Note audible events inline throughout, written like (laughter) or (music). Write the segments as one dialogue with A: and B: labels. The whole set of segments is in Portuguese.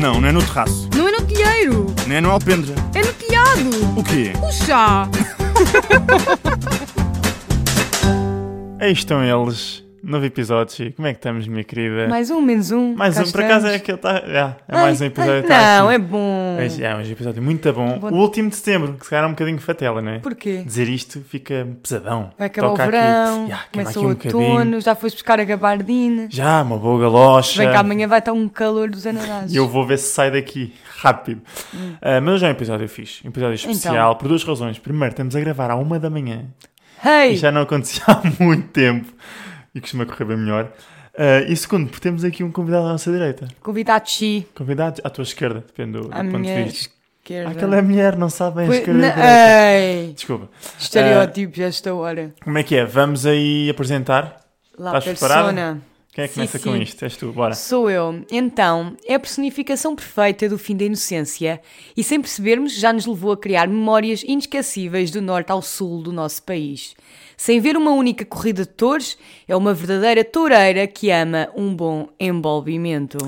A: não é no terraço,
B: Não é no telheiro,
A: nem é no alpendre.
B: é no telhado.
A: O quê?
B: O chá.
C: Aí estão eles. Novo episódio, Chico. Como é que estamos, minha querida?
B: Mais um, menos um.
C: mais
B: cá
C: um, por acaso é
B: estamos.
C: que eu tá... yeah, é mais um
B: Ai,
C: episódio.
B: ai,
C: tá
B: Não,
C: assim.
B: é bom.
C: Mas, é um episódio muito bom.
B: Bom.
C: O último de setembro, que se calhar é um bocadinho fatela, não é?
B: Porquê?
C: Dizer isto fica pesadão.
B: Vai acabar
C: Toca
B: o verão,
C: aqui. Yeah, queima
B: começa
C: aqui
B: o
C: um bocadinho.
B: outono, já foste buscar a gabardina.
C: Já, uma boa galocha.
B: Vem cá, amanhã vai estar um calor dos ananases.
C: E eu vou ver se sai daqui (laughs) rápido.
B: Hum.
C: Ah, mas hoje é um episódio fixe, um episódio
B: Então.
C: especial, por duas razões. Primeiro, estamos a gravar à uma da manhã.
B: Hey!
C: E já não acontecia (laughs) há muito tempo. E costuma correr bem melhor. Ah, e segundo, porque temos aqui um convidado à nossa direita.
B: Convidado Chi,
C: Convidado à tua esquerda, depende do, do
B: à
C: ponto de
B: minha
C: vista.
B: esquerda.
C: Aquela é mulher, não sabe bem a
B: Pois-
C: esquerda. e a
B: na- ah,
C: direita.
B: Ei!
C: Desculpa.
B: Estereótipos esta hora.
C: Como é que é? Vamos aí apresentar.
B: La
C: estás preparada?
B: persona.
C: Quem é que
B: Sim,
C: começa
B: sim.
C: com isto? És tu, bora.
B: Sou eu. Então, é a personificação perfeita do fim da inocência e, sem percebermos, já nos levou a criar memórias inesquecíveis do norte ao sul do nosso país. Sem ver uma única corrida de touros, é uma verdadeira toureira que ama um bom envolvimento.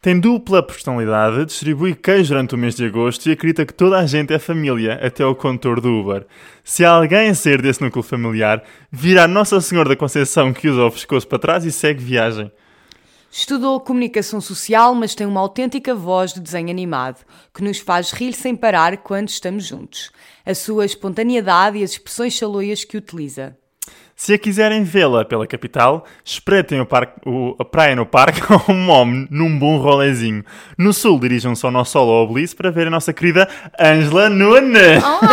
C: Tem dupla personalidade, distribui queijo durante o mês de agosto e acredita que toda a gente é família, até o condutor do Uber. Se alguém sair desse núcleo familiar, virá Nossa Senhora da Conceição que usa o pescoço para trás e segue viagem.
B: Estudou comunicação social, mas tem uma autêntica voz de desenho animado, que nos faz rir sem parar quando estamos juntos. A sua espontaneidade e as expressões chaloias que utiliza.
C: Se a quiserem vê-la pela capital, espreitem o parque- o- a praia no parque (laughs) ou um homem num bom rolezinho. No sul, dirijam-se ao nosso solo Obelice para ver a nossa querida Angela Nunes.
D: Oh.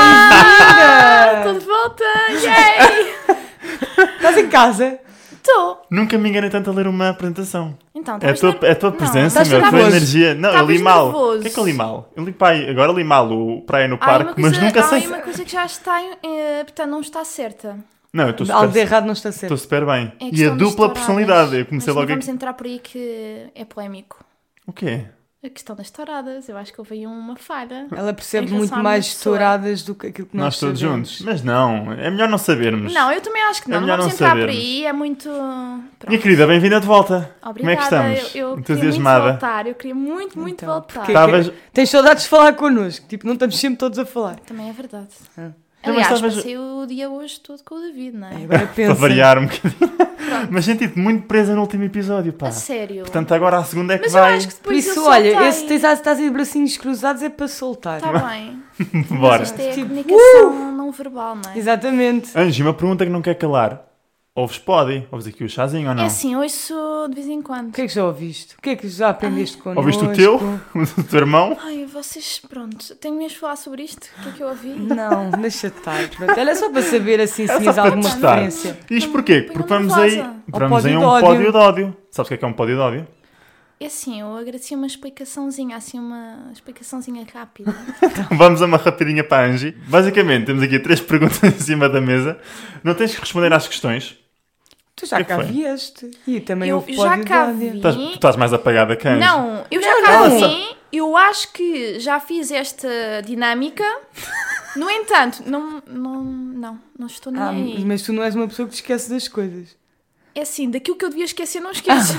D: Estou de volta! Yay! (laughs)
B: Estás em casa?
D: Estou!
C: Nunca me enganei tanto a ler uma apresentação.
D: Então,
C: É a
D: estavas
C: tua,
D: nervo-
C: é a tua
D: Não,
C: presença,
B: estás
C: meu, a tua
B: nervoso.
C: energia. Não, eu
D: Estavas
C: li mal.
D: nervoso.
C: O que é que eu li mal? Eu li para aí- agora li mal o Praia no
D: Há uma
C: Parque,
D: coisa-
C: mas nunca sei.
D: Há
C: se-
D: uma coisa que já está, em- eh, portanto, não está certa.
C: Não, eu estou
B: Algo de
C: super,
B: errado não está certo.
C: estou super bem. e
D: É que
C: a
D: estão
C: dupla
D: misturadas,
C: personalidade. Eu comecei
D: mas não
C: logo
D: Vamos
C: aqui.
D: entrar por aí que é polémico.
C: O quê?
D: A questão das touradas, eu acho que houve aí uma falha.
C: Ah,
B: Ela percebe
D: Em relação
B: muito
D: à
B: mais
D: minha pessoa.
B: estouradas do que aquilo que nós,
C: Nós todos
B: sabemos.
C: juntos. Mas não, é melhor não sabermos.
D: Não, eu também acho que
C: É
D: não. Não
C: melhor
D: vamos
C: não
D: entrar por
C: sabermos.
D: aí, é muito.
C: Minha
D: Pronto.
C: querida, bem-vinda de volta. Como é que
D: Obrigada,
C: estamos?
D: eu, eu queria muito
C: Entusiasmada. Tá.
D: voltar. Eu queria muito, muito
B: Então,
D: voltar.
B: porque-
C: Estavas-
B: Tens saudades de falar connosco. Tipo, não estamos sempre todos a falar.
D: Também é verdade.
B: Ah.
C: Não, mas
D: Aliás,
C: estavas-
D: passei o dia hoje todo com o David, não é?
C: (laughs)
B: Agora
C: Para
B: pensa.
C: variar um bocadinho. Mas senti-te muito presa no último episódio, pá.
D: A sério.
C: Portanto, agora a segunda é que
D: Mas eu
C: vai.
D: acho que
B: Por
D: depois
B: isso,
D: eu
B: olha,
D: soltei.
B: esse tens, ah, estás aí de bracinhos cruzados é para soltar.
D: Tá bem.
C: Bora.
D: Mas isto é a
B: Tipo,
D: comunicação não verbal, não é?
B: Exatamente.
C: Anjo, uma pergunta que não quer calar. Ouves pode? Ouves aqui o chazinho ou não?
D: É assim, ouço de vez em
B: O
D: quando.
B: que é que já ouviste? O que é que já aprendeste connosco?
C: Ouviste o teu? (laughs) O do teu irmão?
D: Ai, vocês, pronto, tenho mesmo de falar sobre isto? O que é que eu ouvi?
B: Não, deixa estar. Pronto, Olha, só para saber assim se tinhas
C: para
B: alguma
C: testar.
B: referência.
C: Isto porquê?
D: Põe
C: Porque
D: uma
C: vamos aí,
D: rosa.
B: Ao
C: vamos aí a um
B: pódio de
C: pódio de ódio. Sabes o que é que é um pódio de ódio?
D: É assim, eu agradeci uma explicaçãozinha, assim, uma explicaçãozinha
C: (laughs)
D: rápida.
C: Vamos a uma rapidinha para a Angie. Basicamente, temos aqui três (laughs) perguntas em cima da mesa. Não tens que responder às questões.
B: Tu já
C: que
B: cá
C: foi?
B: vieste. E também
D: Eu
B: houve
D: já
B: pódio de
D: cá
B: ódio.
D: vi.
C: Estás, tu estás mais apagada que a Angie.
D: Não, eu já cá vim, eu acho que já fiz esta dinâmica. No entanto, não, não, não, não estou nem
B: Ah,
D: aí.
B: mas tu não és uma pessoa que te esquece das coisas.
D: É assim, daquilo que eu devia esquecer,
B: (laughs)
D: não esqueço.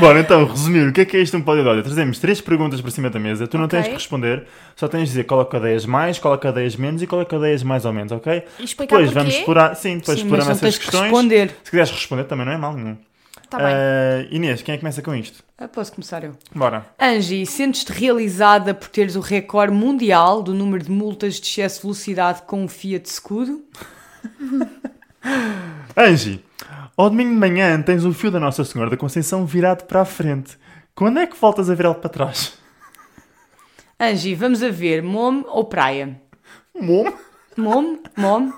C: Bora, então, resumir. O que é que é isto um pódio de ódio? Trazemos três perguntas para cima da mesa. Tu não
D: Ok.
C: tens que responder. Só tens de dizer qual é cadeias mais, qual é cadeias menos e qual é cadeias mais ou menos, ok?
D: E explicar
C: Depois vamos
D: porquê.
C: explorar... Sim, depois
B: Sim, mas
C: exploramos
B: não
C: essas
B: tens que
C: questões.
B: responder.
C: Se quiseres responder também não é mal nenhum.
D: Tá bem.
C: Ah, Inês, quem é que começa com isto?
B: Ah, posso começar eu?
C: Bora.
B: Angie, sentes-te realizada por teres o recorde mundial do número de multas de excesso de velocidade com um Fiat Scudo?
C: Angie, ao domingo de manhã tens o fio da Nossa Senhora da Conceição virado para a frente. Quando é que voltas a virá-lo para trás?
B: Angie, vamos a ver, mome ou praia?
C: Mom?
B: Mome? Mome?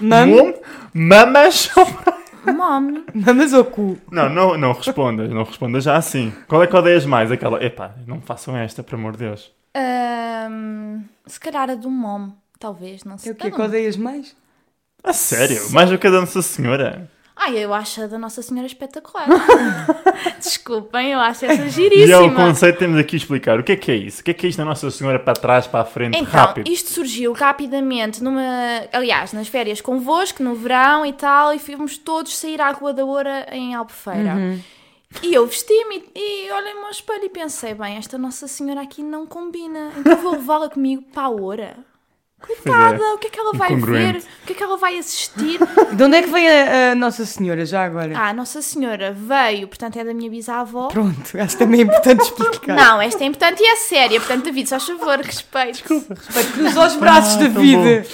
B: Mame?
C: Mom? Mamas? Eh.
D: Mom,
B: Mamas ou cu?
C: Não, não, não respondas, não respondas já assim. Qual é que odeias mais? Aquela, epá, não façam esta, por amor de Deus.
D: ahm, se calhar a do mom, talvez, não sei.
B: É o que
D: Eu
B: é
D: não
B: que odeias mais?
C: A sério? Mais do que a da Nossa Senhora?
D: Ai, eu acho a da Nossa Senhora espetacular. (laughs) Desculpem, eu acho essa
C: E é o
D: giríssima.
C: conceito que temos aqui a explicar. O que é que é isso? O que é que é isto da Nossa Senhora para trás, para a frente,
D: Então,
C: rápido?
D: isto surgiu rapidamente numa. Aliás, nas férias convosco, no verão e tal, e fomos todos sair à Rua da Oura em Albufeira. E eu vesti-me e, e olhei-me ao espelho e pensei, bem, esta Nossa Senhora aqui não combina, então vou levá-la comigo para a
C: (laughs)
D: hora. Coitada, o que é que ela vai ver?
C: incongruente.
D: O que é que ela vai assistir?
B: De onde é que vem a, a Nossa Senhora já agora?
D: Ah, a Nossa Senhora veio, portanto é da minha bisavó.
B: Pronto, acho também é importante explicar.
D: Não, esta é importante e é séria, portanto, David, só favor, respeite. Desculpa.
B: Cruzou os braços da
C: tão
B: vida.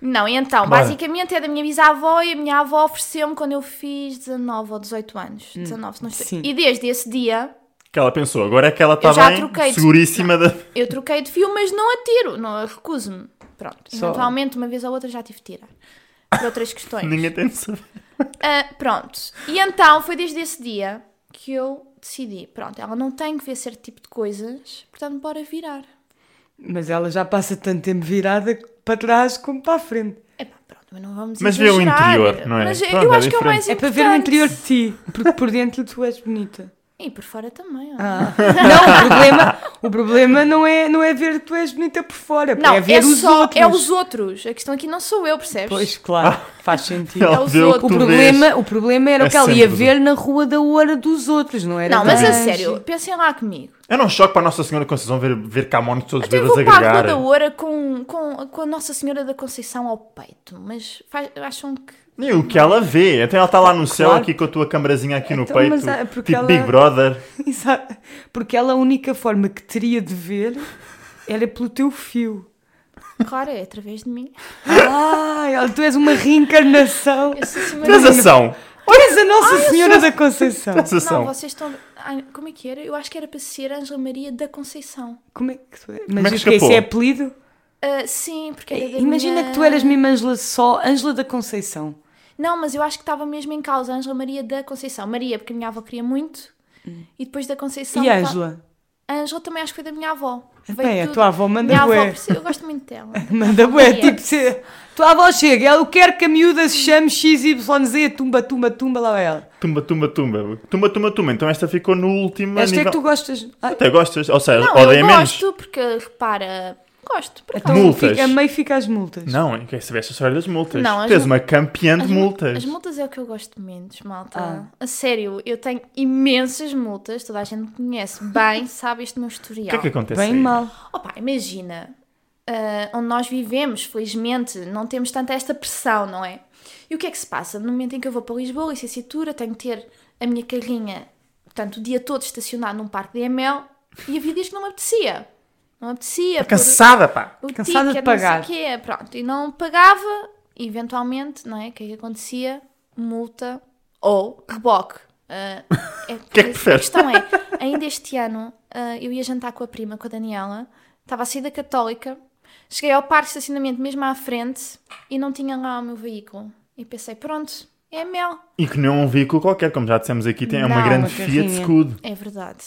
D: Não, e então,
C: Bora.
D: basicamente é da minha bisavó e a minha avó ofereceu-me quando eu fiz 19 ou 18 anos. 19, se não estou.
B: sim.
D: E desde esse dia
C: Que ela pensou, agora é que ela está
D: já
C: bem,
D: troquei de-
C: seguríssima da...
D: eu troquei de fio, mas não atiro, não recuso-me. Pronto,
B: Só-
D: eventualmente, uma vez ou outra, já tive de tirar. Por outras questões.
C: (laughs) Ninguém tem de saber.
D: Ah, pronto. E então foi desde esse dia que eu decidi: pronto, ela não tem que ver certo tipo de coisas, portanto, bora virar.
B: Mas ela já passa tanto tempo virada para trás como para a frente.
D: Epá, pronto, mas não vamos
C: Mas vê o
D: exagerar.
C: interior, não é?
D: Mas eu-
C: Pronto,
D: eu
C: é
D: acho que é o mais importante.
B: É para ver o interior de ti, porque por dentro tu és bonita.
D: E por fora também, ó.
B: Ah. Não, o problema, o problema não, é, não é ver que tu és bonita por fora,
D: Não,
B: é ver os
D: só,
B: outros.
D: é os outros. A questão aqui não sou eu, percebes?
B: Pois, claro, faz
C: (laughs)
B: sentido.
C: Ela
D: os
C: vê É o que
D: outros.
B: O
C: tu
B: problema, o problema era
C: É
B: o que ela ia
C: sempre
B: ver na rua da hora dos outros, não era?
D: não, mas
B: da
D: a
B: Anjo.
D: sério, pensem lá comigo.
C: vês. Eu não choco para a Nossa Senhora quando vocês vão ver, ver camões todos
D: Então eu
C: verdes
D: vou para a
C: agregar.
D: Rua da Oura com, com, com a Nossa Senhora da Conceição ao peito, mas faz- acham que.
C: Nem o que ela vê. Então ela está lá no céu,
B: Claro.
C: aqui com a tua camarazinha aqui no
B: Então,
C: peito.
B: mas, ah, porque
C: tipo
B: ela-
C: Big Brother.
B: (laughs) Exato. Porque ela a única forma que teria de ver era pelo teu fio.
D: Claro, é através de mim.
B: Ah, ela- tu és uma reencarnação.
D: Eu sou assim, uma menina.
C: Transação.
B: Tu és a Nossa Senhora
D: (laughs)
B: da Conceição.
D: Não,
C: Transação.
D: vocês estão. Ai, como é que era? Eu acho que era para ser Ângela Maria da Conceição.
B: Como é que tu é?
C: é
B: Mas
C: que
B: isso que é- isso é
C: escapou?
B: apelido?
D: Ah, sim, porque era da
B: É, Imagina
D: minha-
B: que tu eras mesmo Ângela só, Ângela da Conceição.
D: Não, mas eu acho que estava mesmo em causa Ângela Maria da Conceição. Maria, porque a minha avó queria muito. E depois da Conceição.
B: E
D: tá-
B: Ângela?
D: A Ângela também acho que foi da minha avó.
B: Epá,
D: Veio
B: é, a
D: tudo.
B: tua avó manda
D: minha avó,
B: bué.
D: perce- Eu gosto muito
B: (laughs)
D: dela.
B: Manda bué,
D: Maria.
B: tipo, se, tua avó chega, ela quer que a miúda se chame XYZ, tumba, tumba, tumba, lá vai ela.
C: Tumba, tumba, tumba. Tumba, tumba, tumba. Então esta ficou no último
B: Esta é
C: nível.
B: que tu gostas. Ai,
C: Até gostas? Ou seja,
D: Não,
C: odeia
D: eu
C: menos.
D: gosto, porque repara, gosto. Por
B: então
D: acaso.
C: multas.
B: fica- a meio fica as multas.
C: Não, eu quero saber essa história das multas.
D: Não, as
C: tu és
D: mul-
C: uma campeã de
D: As mu-
C: multas.
D: As multas é o que eu gosto menos, malta.
B: Ah.
D: A sério, eu tenho imensas multas, toda a gente me conhece bem, sabe este meu
C: O que é
D: historial.
C: que acontece
B: Bem
C: aí?
B: mal.
D: Opa, imagina, ah, onde nós vivemos, felizmente, não temos tanta esta pressão, não é? E o que é que se passa? No momento em que eu vou para Lisboa, licenciatura, tenho que ter a minha carrinha, portanto, o dia todo estacionado num parque de ML e havia dias que não me apetecia. Não me apetecia. por-
C: Tá Cansada, pá.
D: o
B: Cansada de
D: ticket,
B: pagar.
D: Não sei o quê, pronto. E não pagava, eventualmente, não é? O que é que acontecia? Multa ou reboque.
B: (laughs)
D: Ah,
C: que
D: é-
C: é que
D: a
C: preferes?
D: questão é, ainda este ano, ah, eu ia jantar com a prima, com a Daniela, estava a sair da Católica, cheguei ao parque de estacionamento mesmo à frente e não tinha lá o meu veículo. E pensei, pronto, é mel.
C: E que não é um veículo qualquer, como já dissemos aqui, tem é uma
B: Não,
C: grande
B: uma
C: Fiat
B: carrinha.
C: Scudo.
D: É verdade.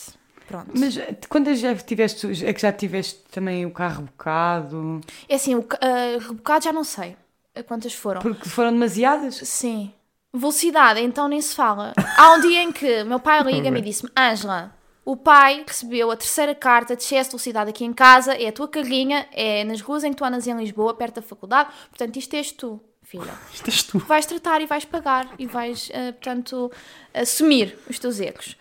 D: Pronto.
B: Mas eh, quando já tiveste, é que já tiveste também o carro bocado?
D: É assim, o, ca- ah, rebocado já não sei ah, quantas foram.
B: Porque foram demasiadas?
D: Sim. Velocidade, então nem se fala. Há um dia em que meu pai liga-me e disse-me: Ângela, o pai recebeu a terceira carta de excesso de velocidade aqui em casa, é a tua carrinha, é nas ruas em que tu andas em Lisboa, perto da faculdade, portanto isto és tu, filha.
C: Isto és tu.
D: Vais tratar e vais pagar e vais, eh, portanto, assumir os teus erros.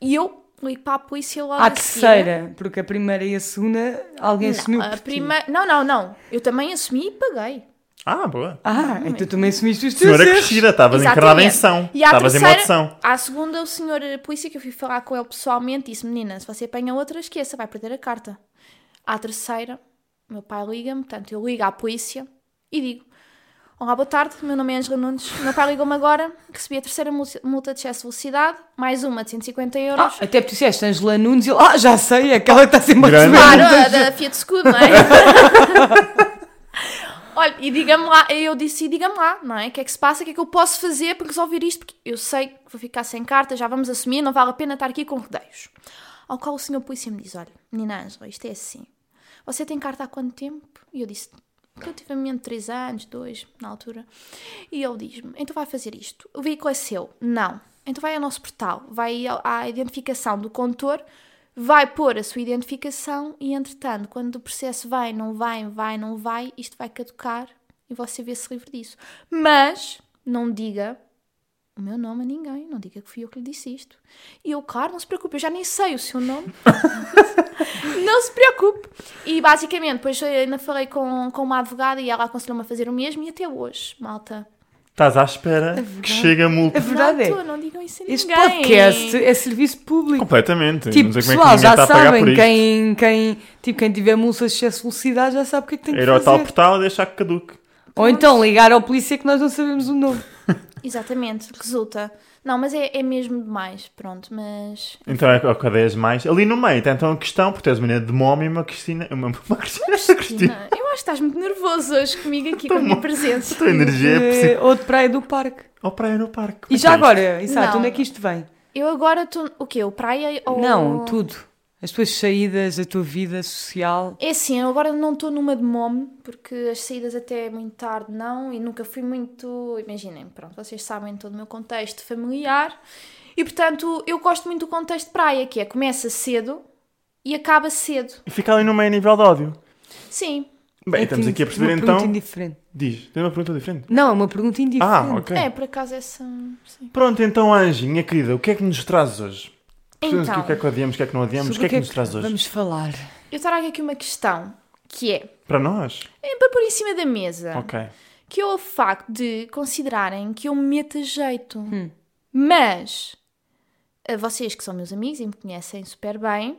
D: E eu ligo para a polícia logo
B: À
D: a seguir.
B: terceira, porque a primeira e a segunda alguém assumiu
D: Não, a
B: por ti.
D: prima... não, não, não. Eu também assumi e paguei.
C: Ah, boa.
B: Ah, então também assumiste os teus
C: Senhora
B: erros.
C: Crescida, estavas encarnada em São.
D: Exatamente. E à
C: Estavas em
D: terceira-
C: maldição.
D: À segunda, o senhor eh, polícia que eu fui falar com ele pessoalmente disse: Menina, se você apanha outra, esqueça, vai perder a carta. À terceira, o meu pai liga-me, portanto, eu ligo à polícia e digo: Olá, boa tarde, meu nome é Angela Nunes. O meu pai ligou-me agora, recebi a terceira multi- multa de excesso de velocidade, mais uma de 150
B: Ah,
D: euros.
B: até porque tu disseste Angela Nunes e ele, ah, já sei, é aquela que está sempre a
C: Grande.
B: receber.
D: Claro, a
B: multas."
D: da Fiat Scudo, não é? Olha, e diga-me lá, eu disse, e diga-me lá, não é? O que é que se passa? O que é que eu posso fazer para resolver isto? Porque eu sei que vou ficar sem carta, já vamos assumir, não vale a pena estar aqui com rodeios. Ao qual o senhor polícia me diz, olha, menina Ângela, isto é assim. Você tem carta há quanto tempo? E eu disse, relativamente 3 anos, 2, na altura. E ele diz-me, então vai fazer isto. O veículo é seu? Não. Então vai ao nosso portal, vai ao- à identificação do condutor, vai pôr a sua identificação e, entretanto, quando o processo vai, não vai, vai, não vai, isto vai caducar e você vê-se livre disso. Mas, não diga o meu nome a ninguém, não diga que fui eu que lhe disse isto. E eu, claro, não se preocupe, eu já nem sei o
B: (laughs)
D: seu nome. não se preocupe. E basicamente, depois eu ainda falei com, com uma advogada e ela aconselhou-me a fazer o mesmo e até hoje, malta.
C: Estás à espera que chegue a multa.
B: A verdade
D: não, tô,
B: é,
D: não digam isso a ninguém.
B: este podcast é serviço público.
C: Completamente.
B: Tipo,
C: não sei como é que
B: pessoal,
C: ninguém está
B: já
C: a pagar por
B: sabem,
C: isto.
B: quem, quem, tipo, quem tiver multas de excesso de velocidade já sabe o que é que tem que
C: Ir ao tal
B: fazer.
C: portal e deixar que caduque.
B: Ou então ligar ao polícia que nós não sabemos o nome.
D: Exatamente, resulta. Não, mas é, é mesmo demais, pronto, mas...
C: Então é o que 10 mais. Ali no meio, tem então a questão, porque tens uma menina de Momi e uma Cristina. Uma, uma Cristina. (laughs) Uma Cristina.
D: Tina, eu acho que estás muito nervoso hoje
C: (laughs)
D: comigo aqui com a minha presença.
C: A tua (laughs) energia é por
B: (laughs)
C: si.
B: Eh, Ou de praia do parque.
C: Ó, praia no parque. é
B: E já agora, exato,
D: Não.
B: onde é que isto vem?
D: Eu agora estou... O quê? O praia ou...
B: Não, tudo. As tuas saídas, a tua vida social.
D: É assim, eu agora não estou numa de mome, porque as saídas até é muito tarde não, e nunca fui muito. Imaginem, pronto, vocês sabem todo o meu contexto familiar, e portanto eu gosto muito do contexto de praia, que é começa cedo e acaba cedo.
C: E fica ali no meio a nível de ódio.
D: Sim,
C: Bem,
B: É
C: estamos
B: tipo
C: aqui a
B: uma
C: perceber
B: pergunta
C: então.
B: indiferente.
C: Diz, tem uma pergunta diferente.
B: Não, é uma pergunta indiferente.
C: Ah, ok.
D: é por acaso essa. Sim.
C: Pronto, então, Angie, minha querida, o que é que nos traz hoje? Percebemos aqui
D: Então.
C: O que é que adiamos, o que é que não adiamos,
B: Sobre
C: o que é que nos traz hoje?
B: Vamos falar.
D: Eu trago aqui uma questão, que é,
C: Para nós?
D: é para pôr em cima da mesa,
C: Ok.
D: que é o facto de considerarem que eu me meto a jeito. Mas, a vocês que são meus amigos e me conhecem super bem,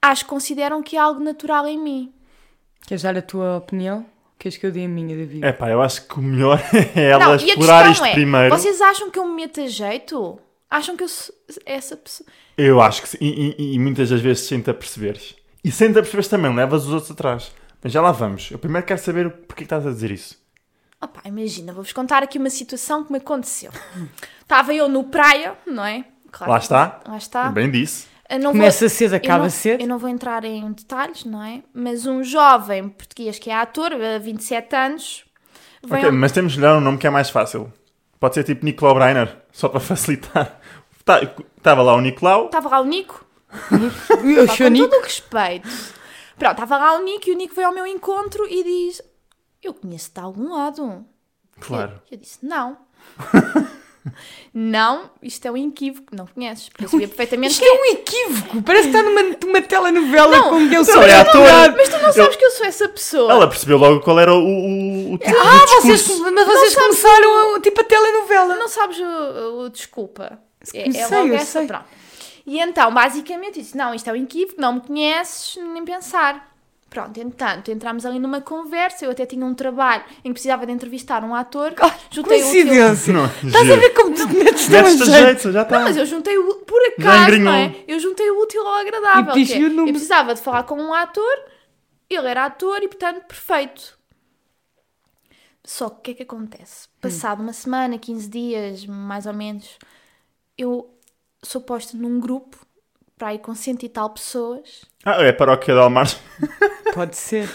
D: acho que consideram que é algo natural em mim.
B: Queres dar a tua opinião? Queres que eu dê a minha, David?
C: É pá, eu acho que o melhor (laughs) é ela
D: Não, e a
C: explorar
D: questão
C: isto
D: é,
C: primeiro.
D: vocês acham que eu me meto a jeito? Acham que eu sou essa pessoa?
C: Eu acho que sim. E, e- e muitas das vezes sem te aperceberes. E sem te aperceberes também, levas os outros atrás. Mas já lá vamos. Eu primeiro quero saber o- porque é que estás a dizer isso.
D: Opa, imagina, vou-vos contar aqui uma situação que me aconteceu. Estava eu no praia, não é? Claro.
C: Lá está.
D: Lá está.
C: Bem disse.
D: Eu não
B: Começa cedo, acaba
D: eu não-
B: cedo.
D: Eu não vou entrar em detalhes, não é? Mas um jovem português que é ator, eh, 27 anos, vem
C: Ok,
D: ao-
C: mas temos de lhe dar um nome que é mais fácil. Pode ser tipo Nicolau Breiner, só para (laughs) facilitar. Estava lá o Nicolau.
D: Estava lá o Nico,
B: Eu
D: pá,
B: sou
D: com
B: Nico.
D: todo o respeito. Pronto, estava lá o Nico e o Nico veio ao meu encontro e diz: Eu conheço-te de algum lado.
C: Claro.
D: Eu, eu disse: Não.
C: (laughs)
D: não, isto é um equívoco, não conheces. Porque eu sabia perfeitamente
B: Isto
D: quem
B: é um equívoco. Parece que está numa, numa telenovela
D: Não,
B: com que eu
C: não,
B: sou
C: é
B: advogado.
C: ator.
D: Mas tu não sabes que eu sou essa pessoa.
C: Ela percebeu logo qual era o, o, o tipo
B: Ah,
C: de
B: vocês,
C: discurso.
B: mas vocês começaram a, tipo a telenovela.
D: Não sabes o, o desculpa. É,
B: eu
D: é
B: sei,
D: logo
B: eu
D: essa,
B: sei.
D: pronto. E então, basicamente, eu disse: Não, isto é um equívoco, não me conheces, nem pensar. Pronto, entretanto, entramos ali numa conversa. Eu até tinha um trabalho em que precisava de entrevistar um ator. Juntei o teu-
B: Ah, Coincidência.
C: Não,
B: Estás a
C: giro.
B: ver como tu te metes de um
C: Metes-te a
B: jeito?
C: jeito, já tá. está.
D: Ah, Não, mas eu juntei o, por
C: Já
D: acaso,
C: engrenhou.
D: não é? Eu juntei o útil ao agradável.
B: E pediste-lhe
D: que é,
B: o número.
D: Eu precisava de falar com um ator, ele era ator e, portanto, perfeito. Só que o que é que acontece?
C: Hum.
D: Passado uma semana, 15 dias, mais ou menos, eu sou posta num grupo para aí com cento e tal pessoas.
C: Ah, é paróquia de
D: (laughs)
C: Almar.
B: Pode ser.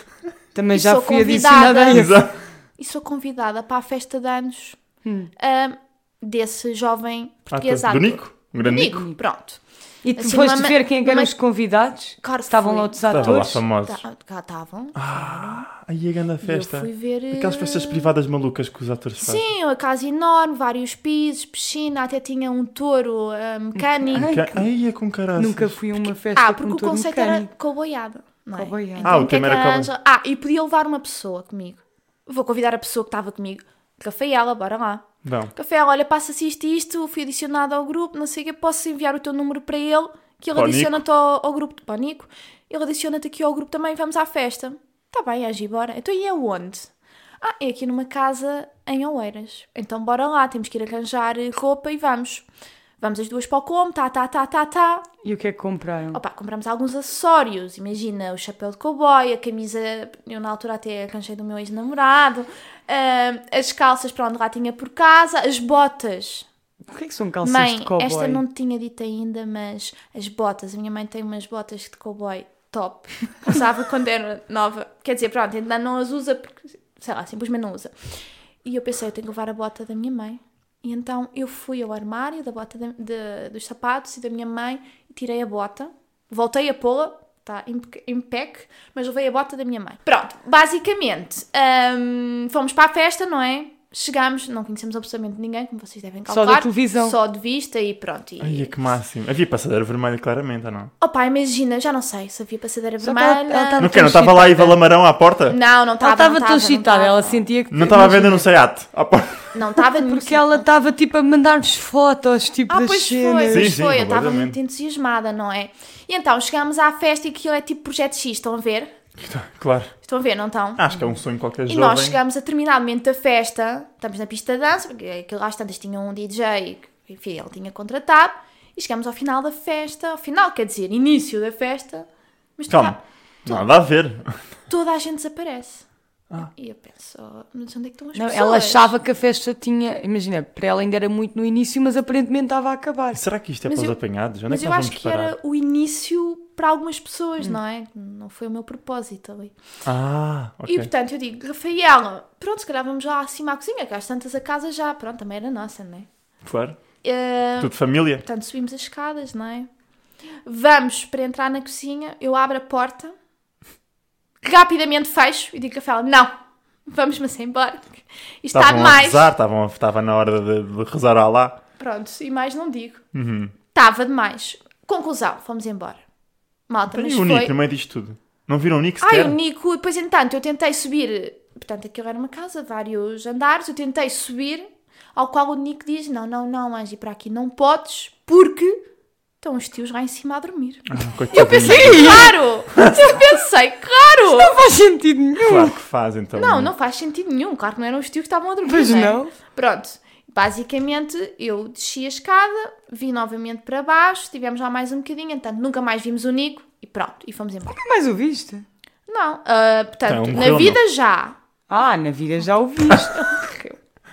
B: Também
D: E
B: já
D: sou
B: fui
D: convidada.
B: adicionada a isso.
C: Exato.
D: e sou convidada para a festa de anos ah, desse jovem português
C: Hum. Ah, tá. Do
D: ator.
C: Nico? Um grande Nico?
D: é Nico, pronto.
B: E tu
D: Assim,
B: foste
D: numa-
B: ver quem é que eram
D: numa-
B: os convidados?
D: Claro que
B: Estavam
D: fui.
B: lá outros
C: Estava lá
B: atores.
C: famosos.
D: Tá- Cá estavam.
C: Aí a é grande festa.
D: Eu fui ver.
C: Aquelas festas
D: eh,
C: privadas malucas que os atores fazem.
D: Sim, uma casa enorme, vários pisos, piscina, até tinha um touro eh, mecânico.
C: Ca- Ai, é com caralho.
B: Nunca fui a uma festa
D: Ah,
B: com
D: porque o
B: motor
D: conceito era
B: mecânico.
D: coboiada. não é?
B: Cowboyada.
D: Então,
C: Ah, o
D: que é
C: tema
D: que
C: era
D: a
C: cowboy.
D: Ângela- Ah, e podia levar uma pessoa comigo. Vou convidar a pessoa que estava comigo. Rafaela, bora lá.
C: Não.
D: Rafaela, olha, passa-se isto e isto, fui adicionada ao grupo, não sei o quê, posso enviar o teu número para ele, que ele
C: Para o Nico.
D: adiciona-te ao, ao grupo de pânico, ele adiciona-te aqui ao grupo também, vamos à festa. Tá bem, Angie, bora. Então e aonde? Ah, é aqui numa casa em Oeiras. Então bora lá, temos que ir arranjar roupa e vamos. Vamos as duas para o como, tá, tá, tá, tá, tá.
B: E o que é que compraram?
D: Opa, compramos alguns acessórios, imagina o chapéu de cowboy, a camisa, eu na altura até arranjei do meu ex-namorado, ah, as calças para onde lá tinha por casa, as botas.
B: O que é que são calças
D: Mãe,
B: de cowboy?
D: esta não te tinha dito ainda, mas as botas, a minha mãe tem umas botas de cowboy top,
B: (laughs)
D: que usava quando era nova, quer dizer, pronto, ainda não as usa, porque, sei lá, simplesmente não usa. E eu pensei, eu tenho que levar a bota da minha mãe. E então eu fui ao armário da bota da- de- dos sapatos e da minha mãe e tirei a bota, voltei a pô-la, está em, pe- em pack, mas levei a bota da minha mãe. Pronto, basicamente, hum, fomos para a festa, não é? Chegámos, não conhecemos absolutamente ninguém, como vocês devem
B: Só
D: calcular.
B: da televisão.
D: Só de vista e pronto. E...
C: Ai, é que máximo. Havia passadeira vermelha, claramente, ou não?
D: Opa, imagina, já não sei se havia passadeira
B: Só que
D: vermelha.
B: ela- ela tá-
C: No quê? Não estava lá Iva Lamarão à porta?
D: Não, não
B: Ela
D: estava.
B: estava tão excitada,
D: excitada,
B: ela sentia que.
C: Não estava a vender no Seat? À porta.
D: (laughs)
C: (laughs)
D: Não estava muito
B: Porque ela estava tipo a mandar-nos fotos, tipo
D: Ah,
B: das
D: pois foi,
B: cenas.
C: Sim,
D: pois
C: sim,
D: foi. Eu estava
C: completamente.
D: muito entusiasmada, não é? E então chegámos à festa e aquilo é tipo projeto X, estão a ver?
C: tá, Claro.
D: Estão a ver, não estão?
C: Acho que é um sonho de qualquer
D: E
C: jovem.
D: nós chegámos a determinado momento da festa, estamos na pista de dança, porque aquilo às tantas tinha um DJ, que, enfim, ele tinha contratado, e chegámos ao final da festa, ao final, quer dizer, início da festa, mas
C: Calma.
D: toda,
C: Nada a
D: (laughs)
C: ver.
D: toda a gente desaparece. E eu penso, "Oh, mas onde é que estão as
B: Não,
D: pessoas?
B: ela achava que a festa tinha. Imagina, para ela ainda era muito no início, mas aparentemente estava a acabar.
C: Será que isto é
D: Mas
C: para os
D: eu-
C: apanhados? Onde é
D: Mas
C: que
D: eu
C: nós
D: acho
C: vamos
D: que
C: parar?
D: era o início para algumas pessoas, não é? Não foi o meu propósito ali.
C: Ah,
D: E
C: ok.
D: portanto eu digo, Rafaela, pronto, se calhar vamos lá acima à cozinha, que às tantas a casa já, pronto, também era nossa, não é?
C: Claro.
D: Eh,
C: Tudo família.
D: Portanto, subimos as escadas, não é? Vamos para entrar na cozinha, eu abro a porta, rapidamente fecho e digo a Rafaela, não, vamos-me embora. Isto está
C: Estavam a
D: demais.
C: rezar, estavam a- estava na hora de, de rezar ao Alá.
D: Pronto, e mais não digo.
C: Uhum.
D: Estava demais. Conclusão, fomos embora. Malta, mas
C: E o
D: foi...
C: Nico no meio disto tudo? Não viram o Nico
D: Ai,
C: sequer?
D: o Nico, e depois entanto, eu tentei subir, portanto, aquilo era uma casa, vários andares, eu tentei subir, ao qual o Nico diz: Não, não, não, Angie, para aqui não podes, porque estão os tios lá em cima a dormir.
C: Ah, (laughs)
D: Eu
C: coitadinho.
D: pensei,
C: (laughs)
D: claro! Eu pensei, claro!
B: Não faz sentido nenhum.
C: Claro que faz, então.
D: Não, não faz sentido nenhum, claro que não eram os tios que estavam a dormir.
B: Pois
D: né?
B: não.
D: Pronto, basicamente eu desci a escada, vi novamente para baixo, estivemos lá mais um bocadinho, entanto nunca mais vimos o Nico e pronto, e fomos embora.
B: Nunca mais o viste?
D: Não, ah,
C: Então,
D: portanto,
C: morreu,
D: na vida já,
B: Ah, na vida já o viste.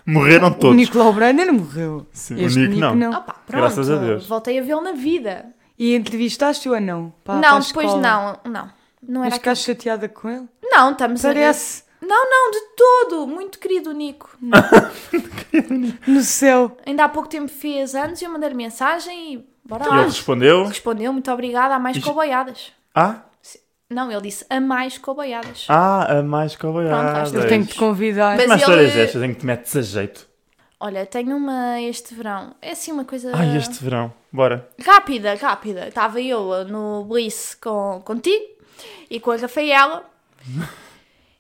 C: Morreram
B: o
C: todos.
B: Nicolau Brander morreu.
C: Sim, o Nico não.
D: Opa, pronto,
C: Ah, Graças a Deus.
D: Voltei a vê-lo na vida.
B: E entrevistaste-o ou não? Para-
C: Ah, tá
B: para
D: não,
B: a
D: depois
B: escola?
D: não, não. Não
B: Mas
D: era
B: ficaste chateada com ele?
D: aquele- Não, estamos a-
B: Parece
D: Não, não, de todo. Muito querido o Nico.
B: no céu.
D: Ainda há pouco tempo fez anos e eu mandei-lhe mensagem e bora
C: E ele
D: lá.
C: respondeu.
D: Respondeu, muito obrigada, há mais
C: Isto-
D: coboiadas.
C: Ah,
D: Não, ele disse, há mais coboiadas.
C: ah, a mais cobaiadas.
D: acho que
B: Eu tenho que te convidar.
D: Mas
C: Mas
D: ele-
C: histórias estas em que te metes a jeito.
D: Olha, tenho uma este verão. É assim uma coisa...
B: Ah.
C: Ai, este verão. Bora.
D: Rápida, rápida. Estava eu uh, no Bliss com, contigo e com a
C: (laughs)
D: Rafaela.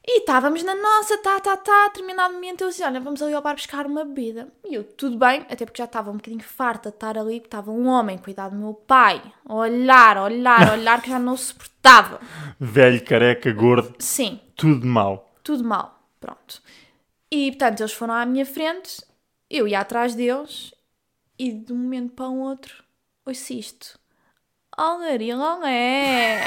D: E estávamos na nossa, tá, tá, tá. Terminado momento, eu disse: Olha, vamos ali ao bar buscar uma bebida. E eu, tudo bem, até porque já estava um bocadinho farta de estar ali, porque estava um homem, cuidado do meu pai, a olhar, a
C: (laughs)
D: olhar, a olhar, que já não suportava.
C: Velho, careca, gordo,
D: Sim,
C: tudo de mal.
D: tudo mal. Pronto. E portanto, eles foram à minha frente, eu ia atrás deles, e de um momento para um outro, ouço isto: Olari, olé!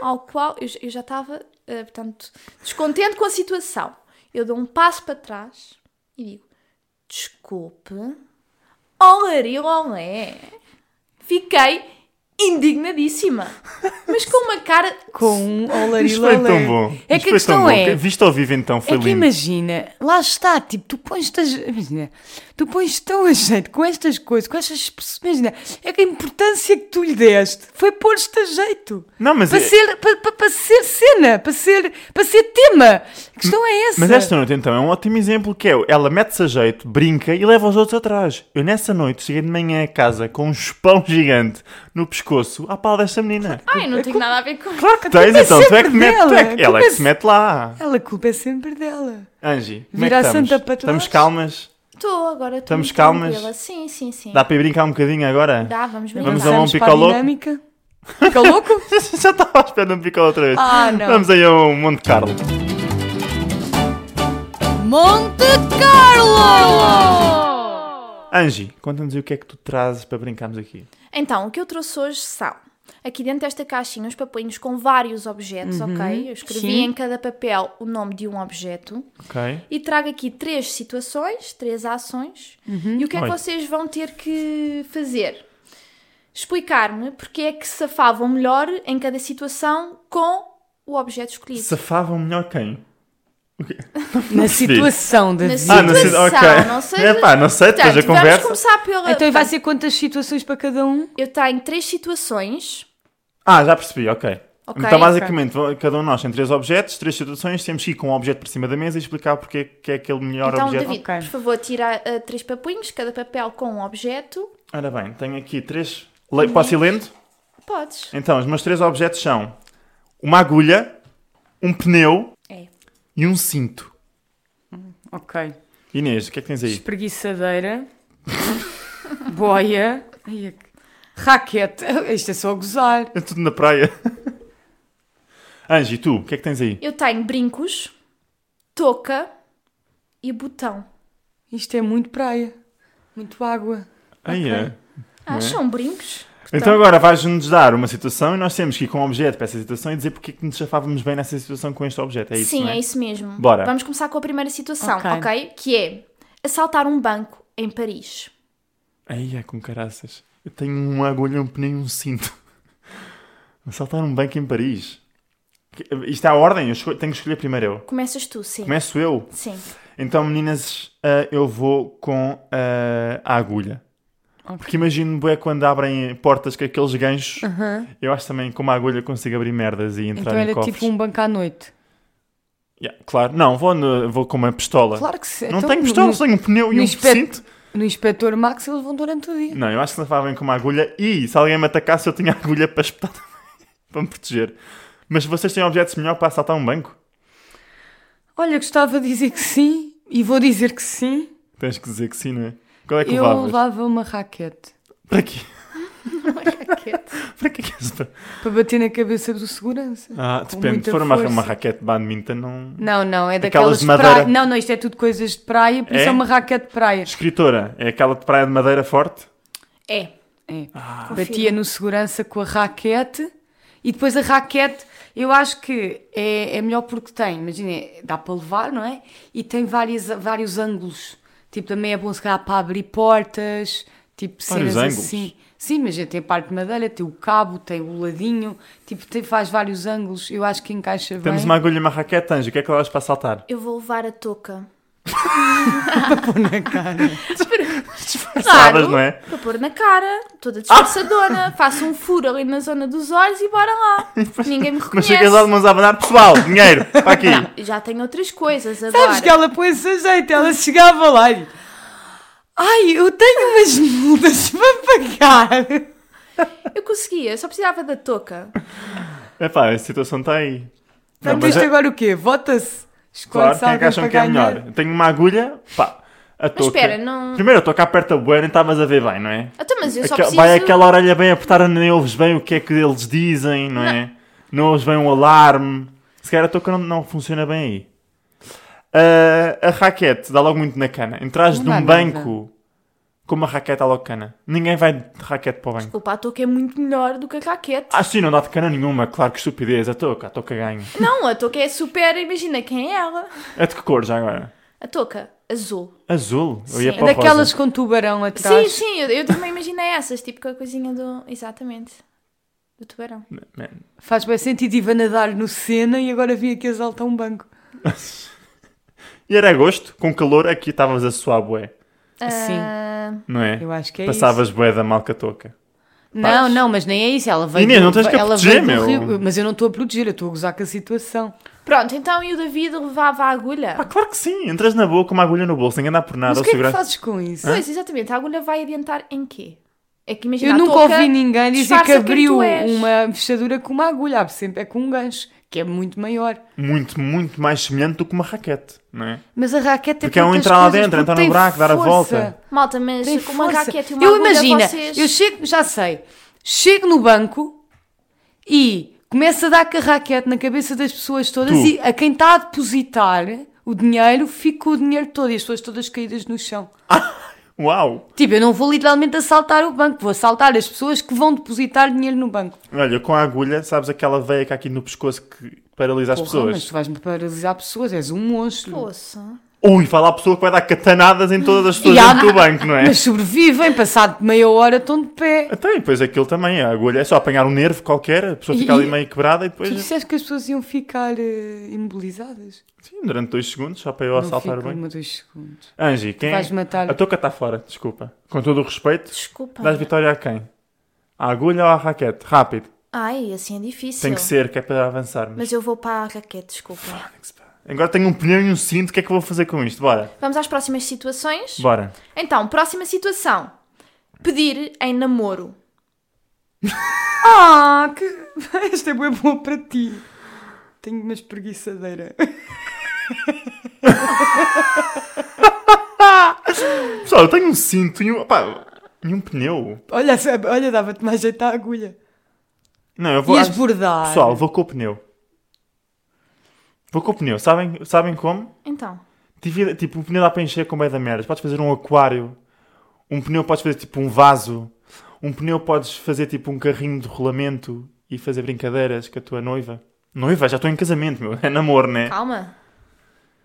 D: Ao qual eu, já- eu já estava, eh, portanto, descontente com a situação. Eu dou um passo para trás e digo: Desculpe, olari, olé! Fiquei indignadíssima, mas com uma cara
B: Com um
C: Isto foi
B: olarilolé.
C: tão bom.
B: É
C: Isto
B: que
C: foi
B: a
C: tão
B: questão
C: bom.
B: é...
C: Visto ao vivo então, foi
B: É que
C: lindo.
B: imagina, lá está, tipo, tu pões-te a je- imagina, tu pões tão a jeito com estas coisas, com estas pessoas, imagina, é que a importância que tu lhe deste foi pôr-te a jeito.
C: Não, mas
B: para,
C: é-
B: ser, para, para, para ser cena, para ser, para ser tema. A questão é essa.
C: Mas esta noite então é um ótimo exemplo que é ela mete-se a jeito, brinca e leva os outros atrás. Eu nessa noite cheguei de manhã a casa com um chupão (laughs) gigante no pescoço à pala desta menina.
D: Ai, não tenho nada a ver com
B: Claro que a
C: Tens
B: culpa é
C: então, tu é que
B: Ah, sempre
C: te mete, tu é
B: dela,
C: que,
B: a
C: ela é que
B: culpa
C: se mete lá.
B: Ela, a culpa é sempre dela.
C: Angie, como é que
B: Vira a
C: estamos?
B: santa para trás.
C: Estamos calmas?
D: Estou, agora estou.
C: Estamos
D: muito
C: calmas?
D: tranquila. Sim, sim, sim.
C: Dá para ir brincar um bocadinho agora?
D: Dá, vamos brincar.
C: Vamos a um
B: Avançamos para
C: picolô?
B: a
C: (laughs)
B: dinâmica. Fica louco?
C: Já estava à espera de um picolé outra vez.
B: Ah, não.
C: Vamos aí ao Monte Carlo.
B: Monte Carlo!
C: Angie, conta-nos aí o que é que tu trazes para brincarmos aqui.
D: Então, o que eu trouxe hoje são, aqui dentro desta caixinha, uns papelinhos com vários objetos,
C: Uhum.
D: ok? Eu escrevi
B: sim.
D: em cada papel o nome de um objeto.
C: Ok?
D: E trago aqui três situações, três ações. E o que é que
C: Uhum. Olha.
D: vocês vão ter que fazer? Explicar-me porque é que safavam melhor em cada situação com o objeto escolhido.
C: Safavam melhor quem? Ah,
B: Na situação da
D: Na
B: vida.
D: situação,
C: ok. (laughs)
D: não sei.
C: Epá, não sei, depois
D: Portanto,
C: a conversa.
D: Vamos começar pela.
B: Então e vai
D: portanto,
B: ser quantas situações para cada um?
D: Eu tenho três situações
C: Ah, já percebi, ok.
D: Ok,
C: então,
D: ok.
C: basicamente, cada um de nós tem três objetos, três situações, temos que ir com um objeto para cima da mesa e explicar porque é que é aquele melhor
D: Então,
C: objeto.
D: David,
B: Ok.
D: por favor, tira ah, três papelinhos, cada papel com um objeto.
C: Ora bem, tenho aqui três.
D: Um
C: Le... Posso ir lendo?
D: Podes.
C: Então, os meus três objetos são uma agulha, um pneu
D: É.
C: e um cinto.
B: Ok.
C: Inês, o que é que tens aí?
B: Espreguiçadeira. (laughs) boia. Ai, é que- Raquete. (laughs) Isto é só gozar.
C: É tudo na (laughs) praia. Anjo, e tu? O que é que tens aí?
D: Eu tenho brincos, touca e botão.
B: Isto é muito praia. Muito água.
C: Aí é.
D: Ah, são brincos?
C: Então agora vais-nos dar uma situação e nós temos que ir com um objeto para essa situação e dizer porque é que nos chafávamos bem nessa situação com este objeto. É isso,
D: Sim,
C: não
D: é? isso mesmo.
C: Bora.
D: Vamos começar com a primeira situação,
B: Ok.
D: ok? Que é assaltar um banco em Paris.
C: Aí é com caraças. Eu tenho uma agulha, um pneu e um cinto. (laughs) Assaltar um banco em Paris. Que- Isto é a ordem? Eu escolho- tenho que escolher primeiro eu.
D: Começas tu, sim.
C: Começo eu.
D: Sim.
C: Então, meninas, ah, eu vou com ah, a agulha.
B: Ok.
C: Porque imagino bué quando abrem portas com aqueles ganchos. Eu acho também que com uma agulha consigo abrir merdas e entrar
B: Então
C: em
B: era
C: cofres.
B: tipo um banco à noite.
C: Yeah, claro, não, vou, no- vou com uma pistola.
B: Claro que sim.
C: Não
B: Então,
C: tenho
B: no-
C: pistola, tenho um pneu e
B: no
C: um
B: espeto-
C: cinto.
B: No inspetor Max eles vão durante o dia.
C: Não, eu acho que levava bem com uma agulha e se alguém me atacasse eu tinha agulha para espetar também, (laughs) para me proteger. Mas vocês têm objetos melhor para assaltar um banco?
B: Olha, gostava de dizer que sim. E vou dizer que sim.
C: Tens que dizer que sim, não é? Qual é que
B: Eu
C: levavas?
B: levava uma raquete.
C: Para
B: (laughs)
C: quê?
D: Raquete.
C: (laughs) Para quê que é isso?
B: Para bater na cabeça do segurança.
C: Ah,
B: Com
C: depende.
B: muita
C: Se for uma,
B: força.
C: uma raquete de badminton, não...
B: Não, não, é
C: Aquelas
B: daquelas
C: de
B: de praia.
C: madeira.
B: Não, não, isto é tudo coisas de praia, por isso
C: É?
B: é uma raquete de praia.
C: Escritora, é aquela de praia de madeira forte?
D: É.
B: É.
C: Ah.
D: confirmo.
B: Batia no segurança com a raquete e depois a raquete, eu acho que é, é melhor porque tem, imagina, dá para levar, não é? E tem várias, vários ângulos. Tipo, também é bom se calhar para abrir portas, tipo
C: Vários
B: cenas
C: ângulos?
B: assim. Sim, mas tem a parte de madeira, tem o cabo, tem o ladinho, tipo, tem, faz vários ângulos. Eu acho que encaixa bem.
C: Temos uma agulha e uma raquete, Anjo. O que é que levas para assaltar?
D: Eu vou levar
B: (laughs)
D: a touca.
C: Disfarçadas, não é? Ah!
D: Para pôr na cara, toda disfarçadona, faço um furo ali na zona dos olhos e bora lá. Ninguém
C: (laughs)
D: me
C: Mas
D: reconhece.
C: chegas lá de mãos a abanar, pessoal, dinheiro, está aqui.
D: Já tenho outras coisas agora.
B: Sabes que ela põe-se a jeito, ela chegava lá e. Ai, eu tenho umas multas para pagar.
D: Eu conseguia, só precisava da touca.
C: Epá, a situação está aí. Não,
B: Portanto,
C: mas
B: isto
C: é-
B: agora o quê? Vota-se.
C: Claro,
B: Escolhe-se
C: quem é que
B: alguém
C: acham
B: para
C: que é
B: ganhar.
C: melhor? Tenho uma agulha, pá, a touca.
D: espera, não-
C: Primeiro, a touca aperta bem, nem estavas a ver bem, não é?
D: Até mas eu só
C: Aquela-
D: preciso...
C: Vai aquela orelha bem apertada, nem ouves bem o que é que eles dizem, não, é? Não ouves bem um alarme. Se calhar a touca não, não funciona bem aí. Ah, a raquete dá logo muito na cana. Entras
B: Não
C: de um
B: dá nada.
C: banco com uma raquete à logo cana. Ninguém vai de raquete para o banco.
D: Desculpa, a touca é muito melhor do que a raquete.
C: Ah, sim, não dá de cana nenhuma. Claro que estupidez. A touca, a touca ganha.
D: Não, a touca é super... Imagina, quem é ela?
C: É de que cor já agora?
D: A touca, azul.
C: Azul? Eu ia
D: Sim.
C: para o rosa.
B: Daquelas com tubarão atrás.
D: Sim, sim, eu, eu também imaginei essas, tipo com a coisinha do... Exatamente. Do tubarão.
C: Man.
B: Faz bem sentido. Estive a nadar no Sena e agora vim aqui exaltar um banco.
C: E era agosto, com calor, aqui estavas a suar bué,
B: Sim,
D: Ah,
C: não é?
B: eu acho que é
C: Passavas bué da malca touca.
B: isso. Não, não, mas nem é isso. Ela veio.
C: Inês,
B: do-
C: não tens que a
B: ela
C: proteger,
B: veio do
C: meu.
B: Rio- Mas eu não estou a proteger, eu estou a gozar com a situação.
D: Pronto, então e o David levava a agulha?
C: Ah, claro que sim, entras na boa com uma agulha no bolso, ninguém dá por
B: Mas
C: nada,
B: o
C: o
B: que é que
C: segurança.
B: fazes com isso?
D: Pois, exatamente. A agulha vai adiantar em quê? É que imagina
B: Eu
D: a
B: nunca
D: touca
B: ouvi ninguém dizer que
D: disfarça quem
B: abriu
D: tu és.
B: uma fechadura com uma agulha, abre sempre é com um gancho, que é muito maior.
C: Muito, muito mais semelhante do que uma raquete, não é?
B: Mas a raquete é
C: Porque é um
B: tantas
C: entrar lá
B: coisas,
C: dentro,
B: porque
C: entrar no
B: tem
C: buraco, dar a
B: força.
C: volta.
D: Malta, mas
B: Tem
D: com uma
B: força.
D: raquete e uma
B: eu
D: agulha
B: imagino,
D: vocês...
B: eu chego, já sei, chego no banco e começo a dar com a raquete na cabeça das pessoas todas
C: Tu.
B: e a quem está a depositar o dinheiro, fica o dinheiro todo e as pessoas todas caídas no chão.
C: Uau!
B: Tipo, eu não vou literalmente assaltar o banco, vou assaltar as pessoas que vão depositar dinheiro no banco.
C: Olha, com a agulha, sabes aquela veia que há aqui no pescoço que paralisa as
B: Porra, mas
C: pessoas?
B: tu vais-me paralisar pessoas, és um monstro.
D: Poça.
C: Ui, fala a pessoa que vai dar catanadas em todas as pessoas
B: E há-
C: dentro do banco, não é?
B: Mas sobrevivem, passado meia hora estão de pé.
C: Então, e depois aquilo também, a agulha é só apanhar um nervo qualquer, a pessoa
B: E-
C: fica ali
B: e-
C: meio quebrada e
B: Tu
C: depois,
B: disseste que as pessoas iam ficar eh, imobilizadas?
C: sim, durante dois segundos, só para eu
B: não
C: assaltar o
B: ficam
C: banco.
B: uma, dois segundos.
C: Angie, quem
B: Vais matar-
C: A touca está fora, desculpa. Com todo o respeito,
D: Desculpa.
C: dás vitória a quem? A agulha ou a raquete? Rápido.
D: Ai, assim é difícil.
C: Tem que ser, que é para avançarmos.
D: Mas eu vou para a raquete, desculpa.
C: Agora tenho um pneu e um cinto, o que é que eu vou fazer com isto? Bora,
D: Vamos às próximas situações.
C: bora.
D: Então, próxima situação. Pedir em namoro. Ah,
B: que... (laughs) Esta é boa, boa para ti. Tenho uma espreguiçadeira. (laughs)
C: Pessoal, eu tenho um cinto e um, opá, e um pneu.
B: Olha, sabe, olha dava-te mais jeito à agulha.
C: Não, eu vou...
B: Ias bordar.
C: Pessoal, vou com o pneu. Vou com o pneu. Sabem, sabem como?
D: Então.
C: Tive- tipo, o pneu dá para encher com meio da merda. Podes fazer um aquário. Um pneu podes fazer tipo um vaso. Um pneu podes fazer tipo um carrinho de rolamento e fazer brincadeiras com a tua noiva. Noiva? Já estou em casamento, meu. (laughs) É namoro, né?
D: Calma.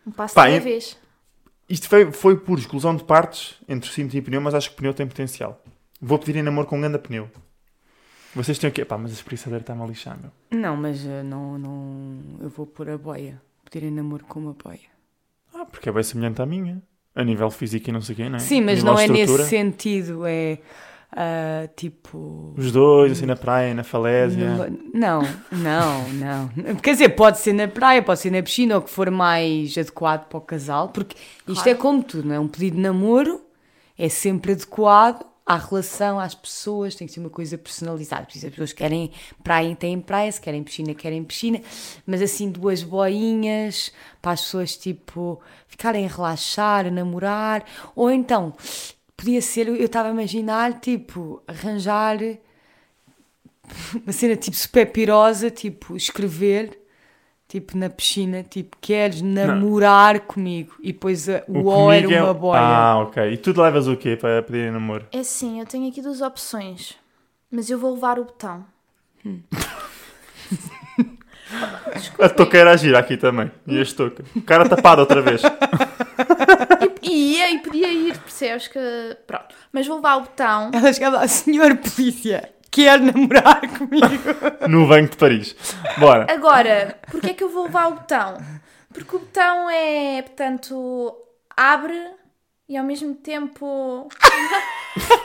D: Um passo
C: Pá,
D: de cada
C: eu-
D: vez.
C: Isto foi, foi por exclusão de partes entre cinto e pneu, mas acho que pneu tem potencial. Vou pedir em namoro com um ganda pneu. Vocês têm o quê? Pá, mas a espreguiçadeira está-me a lixar, meu.
B: Não, mas eh, não, não... Eu vou pôr a boia. Pedir em namoro com uma boia.
C: Ah, porque é bem semelhante à minha. A nível físico e não sei o quê, não é?
B: Sim, mas
C: A nível
B: não
C: de
B: é nesse
C: estrutura.
B: sentido. É ah, tipo...
C: Os dois, assim na praia, na falésia.
B: Não, não, não. Quer dizer, pode ser na praia, pode ser na piscina, ou o que for mais adequado para o casal, porque isto é como tudo, não é? Um pedido de namoro é sempre adequado à relação, às pessoas, tem que ser uma coisa personalizada. Por isso, as pessoas querem praia, têm praia, se querem piscina, querem piscina, mas assim, duas boinhas para as pessoas, tipo, ficarem a relaxar, a namorar, ou então. Podia ser, eu estava a imaginar, tipo, arranjar uma cena tipo super pirosa, tipo escrever, tipo na piscina, tipo queres namorar comigo e depois a, o, O era
C: comigo é-
B: uma boia.
C: Ah, ok. E tu levas o quê para pedir em namoro?
D: É assim, eu tenho aqui duas opções. Mas eu vou levar o botão.
C: Hum. (laughs) A touca era a gira aqui também. E a touca. Cara tapado outra vez.
D: E ia e podia ir, percebes que. Pronto. Mas vou levar o botão.
B: Ela chegava lá, senhor polícia, quer namorar
C: (laughs)
B: comigo?
C: no Banco de Paris. Bora.
D: Agora, porquê é que eu vou levar o botão? Porque o botão é, portanto, abre e ao mesmo tempo.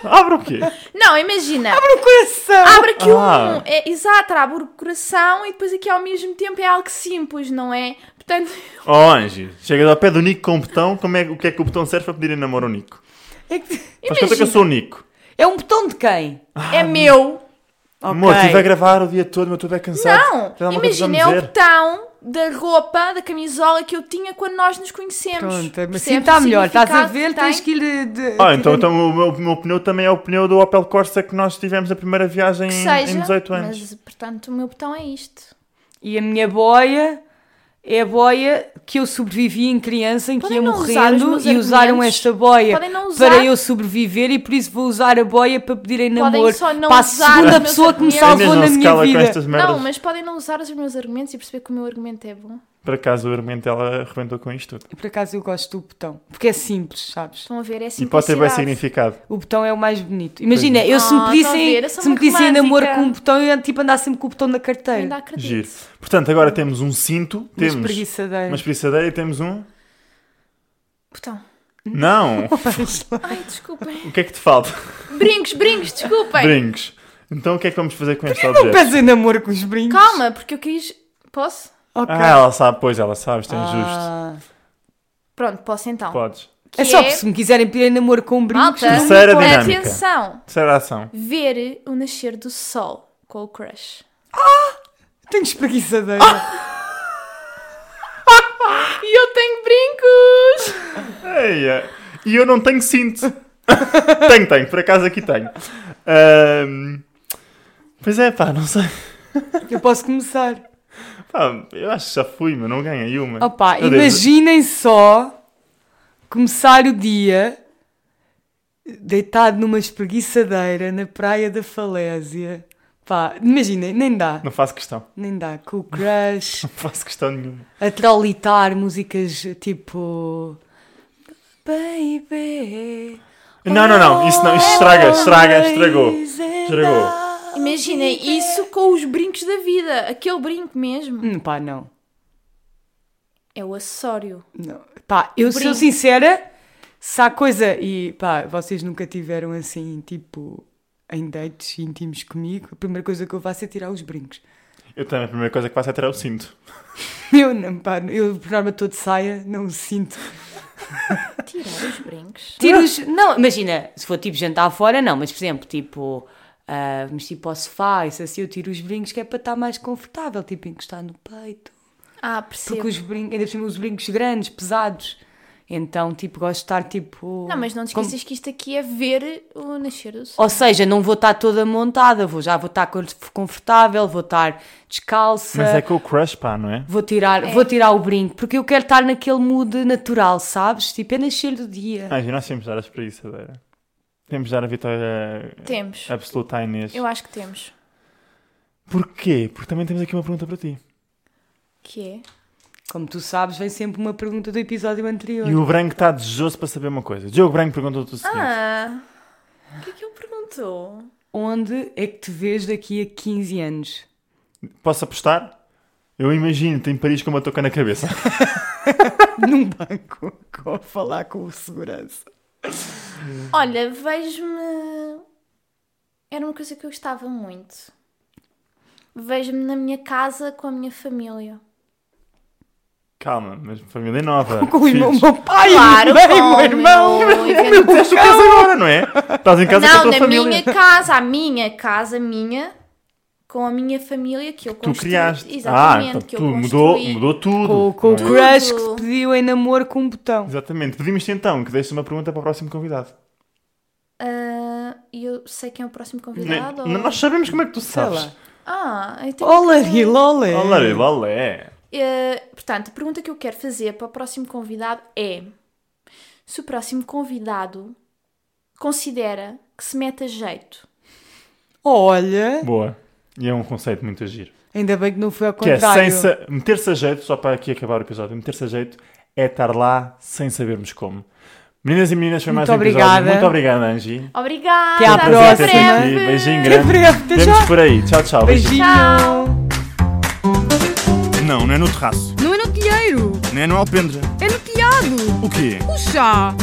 C: Abre o quê?
D: Não, imagina!
B: no coração!
D: Abre aqui
C: Ah.
D: um. É, exato, abre o coração e depois aqui ao mesmo tempo é algo simples, não é? Portanto,
C: Ó Anjo, chegas ao pé do Nico com o botão, como é, o que é que o botão serve para pedir em namoro ao Nico?
B: É, que-
C: Faz conta que eu sou o Nico.
B: é um botão de quem?
D: é meu.
C: Amor,
B: Ok.
C: estive a gravar o dia todo, meu tudo é cansado. Tens
D: Não!
C: alguma coisa
D: Imagina, é
C: para me
D: o
C: dizer?
D: botão da roupa, da camisola que eu tinha quando nós nos conhecemos.
B: Pronto, mas sim
D: Percebes tá
B: está
D: o
B: melhor, estás a
D: significado
B: ver,
D: tem?
B: tens que ir de.
C: Ah, então, então o, meu, o meu pneu também é o pneu do Opel Corsa que nós tivemos a primeira viagem
D: Que
C: em-
D: seja,
C: em 18 anos.
D: Mas, portanto, o meu botão é isto.
B: E a minha boia é a boia que eu sobrevivi em criança, em que
D: Podem
B: ia
D: não usar os
B: morrendo
D: meus
B: e usaram
D: argumentos.
B: esta boia
D: Podem não usar.
B: para eu sobreviver e por isso vou usar a boia para pedirem
D: Podem
B: namoro
D: só não
B: para a
D: usar
B: segunda
D: os meus
B: pessoa que me
D: argumentos.
B: salvou
C: Inês não
B: na
C: se
B: minha
C: cala com
B: vida.
C: estas merdas.
D: Não, mas podem não usar os meus argumentos e perceber que o meu argumento é bom.
C: Por acaso o argumento ela arrebentou com isto tudo.
B: Por acaso eu gosto do botão, porque é simples, sabes?
D: Estão a ver? É
C: E pode ter
D: simplicidade.
C: bem significado.
B: O botão é o mais bonito. Imagina,
C: é.
B: eu se
D: Ah,
B: me
D: estão a ver? Eu
B: pedissem,
D: sou
B: se me
D: uma
B: pedissem namoro
D: romântica.
B: com um botão, eu tipo andar sempre com o botão na
D: Ainda
B: carteira.
D: acredito.
C: Giro. Portanto, agora temos um cinto,
B: Uma Hum?
C: temos
B: espreguiçadeira.
C: uma espreguiçadeira e temos um.
D: Botão.
B: (laughs)
C: Não!
D: Ai, desculpem.
C: o que é que te falta?
D: Brincos, brincos, desculpem.
C: Brincos. Então o que é que vamos fazer com este
B: Não um
C: objeto?
B: pedes em namoro com os brincos.
D: Calma, porque eu quis. Posso?
B: Ok.
C: Ah, ela sabe, pois ela sabe, isto é injusto.
B: Ah.
D: Pronto, posso então.
C: Podes.
B: É
D: Que
B: só
D: é-
B: se me quiserem pedir em namoro com brincos.
D: Malta,
B: não-
C: Terceira dinâmica.
D: atenção.
C: Terceira ação.
D: Ver o nascer do sol com o crush.
B: Tenho espreguiçadeira.
D: E eu tenho brincos!
C: Eia. E eu não tenho
B: (laughs)
C: cinto. tenho, tenho, por acaso aqui tenho. Ahm, Pois é, pá, não sei.
B: Eu posso começar.
C: Pá, eu acho que já fui, mas não ganhei uma.
B: Opa,
C: Meu Deus.
B: imaginem só começar o dia deitado numa espreguiçadeira na praia da Falésia. Pá, imaginem, nem dá,
C: Não faço questão.
B: nem dá. Com o crush,
C: Não faço questão nenhuma.
B: a trolitar músicas tipo. Baby.
C: Não, não, não. Isso não. Isso estraga, estraga, estragou.
B: always and
C: Estragou.
B: I'll
D: Imagina
B: be there.
D: isso com os brincos da vida. Aquele brinco mesmo.
B: Hum, pá, não.
D: É o acessório.
B: Não. Pá, eu sou
D: Brinco.
B: sincera, se há coisa. E pá, vocês nunca tiveram assim, tipo, em dates íntimos comigo, a primeira coisa que eu faço é tirar os brincos. (laughs)
C: Eu também, a primeira coisa que faço é tirar o cinto.
B: Eu não, pá, eu por norma estou de saia, não sinto.
D: Tirar os brincos.
B: Tiro os. Não, imagina, se for tipo jantar fora, não, mas por exemplo, tipo. ah, vamos tipo ao sofá, isso assim, eu tiro os brincos que é para estar mais confortável, tipo encostar no peito.
D: Ah,
B: Porque
D: percebo.
B: os brincos, ainda por cima, os brincos grandes, pesados. Então, tipo, gosto de estar tipo.
D: Não, mas não te
B: com-
D: esqueças que isto aqui é ver o nascer do sol.
B: Ou seja, não vou estar toda montada, vou já vou estar con- confortável, vou estar descalça.
C: Mas é com o crush, pá, não é?
B: Vou tirar, vou tirar o brinco, porque eu quero estar naquele mood natural, sabes? Tipo, é nascer do dia.
C: Ah, e nós temos de dar a espreguiçadeira. Temos de dar a vitória
D: Temos.
C: absoluta à Inês.
D: Eu acho que temos.
C: Porquê? Porque também temos aqui uma pergunta para ti.
D: Que é?
B: Como tu sabes, vem sempre uma pergunta do episódio anterior.
C: E o Branco está desejoso para saber uma coisa. Diogo Branco perguntou-te o seguinte.
D: Ah, o que é que ele perguntou?
B: Onde é que te vês daqui a 15 anos? (laughs)
C: Posso apostar? Eu imagino-te em Paris com uma touca na cabeça. (laughs)
B: Num banco, a falar com o segurança.
D: Olha, vejo-me. Era uma coisa que eu gostava muito. Vejo-me na minha casa com a minha família.
C: Calma, mas família
D: (laughs)
C: nova.
B: Com o irmão,
C: filhos.
B: meu pai,
D: Claro,
B: meu,
D: com o
B: meu irmão.
D: meu
C: Tu és tu casa agora, não é? Estás em casa com a
D: Não,
C: tua
D: na
C: família.
D: minha casa, a minha casa, minha, com a minha família que eu
C: Tu
D: construí.
C: criaste.
D: Exatamente,
C: ah, então
D: que eu
C: tu mudou,
D: construí.
C: mudou tudo.
B: Com, com o
C: não é?
B: crush que se pediu em namoro com um botão.
C: Exatamente. Pedimos-te então que deixes uma pergunta para o próximo convidado.
D: Ah, E eu sei quem é o próximo convidado?
C: Nem-
D: ou-
C: Nós sabemos como é que tu
B: Sei
C: sabes.
B: lá. É.
D: Ah, então.
B: Olá, Lolé.
C: Olá, olé.
D: Eh, portanto, a pergunta que eu quero fazer para o próximo convidado é: se o próximo convidado considera que se mete a jeito?
B: Olha,
C: Boa. E é um conceito muito agir.
B: ainda bem que não foi ao
C: Que é sem
B: contrário.
C: sa- meter-se a jeito, só para aqui acabar o episódio, meter-se a jeito é estar lá sem sabermos como. Meninas e meninas, foi mais
B: Muito
C: um episódio.
B: obrigada.
C: Muito obrigada, Angie.
D: Obrigada!
B: Até à
D: até
B: próxima.
D: breve.
C: aqui.
B: (laughs)
C: Beijinho
B: Até
C: grande.
B: breve, até
C: Vemos
B: já.
C: por aí. Tchau, tchau.
B: Beijinho.
C: Não, não é no terraço.
A: Não é no telheiro,
C: Não é no alpendre.
A: é no telhado.
C: O quê?
A: Puxa!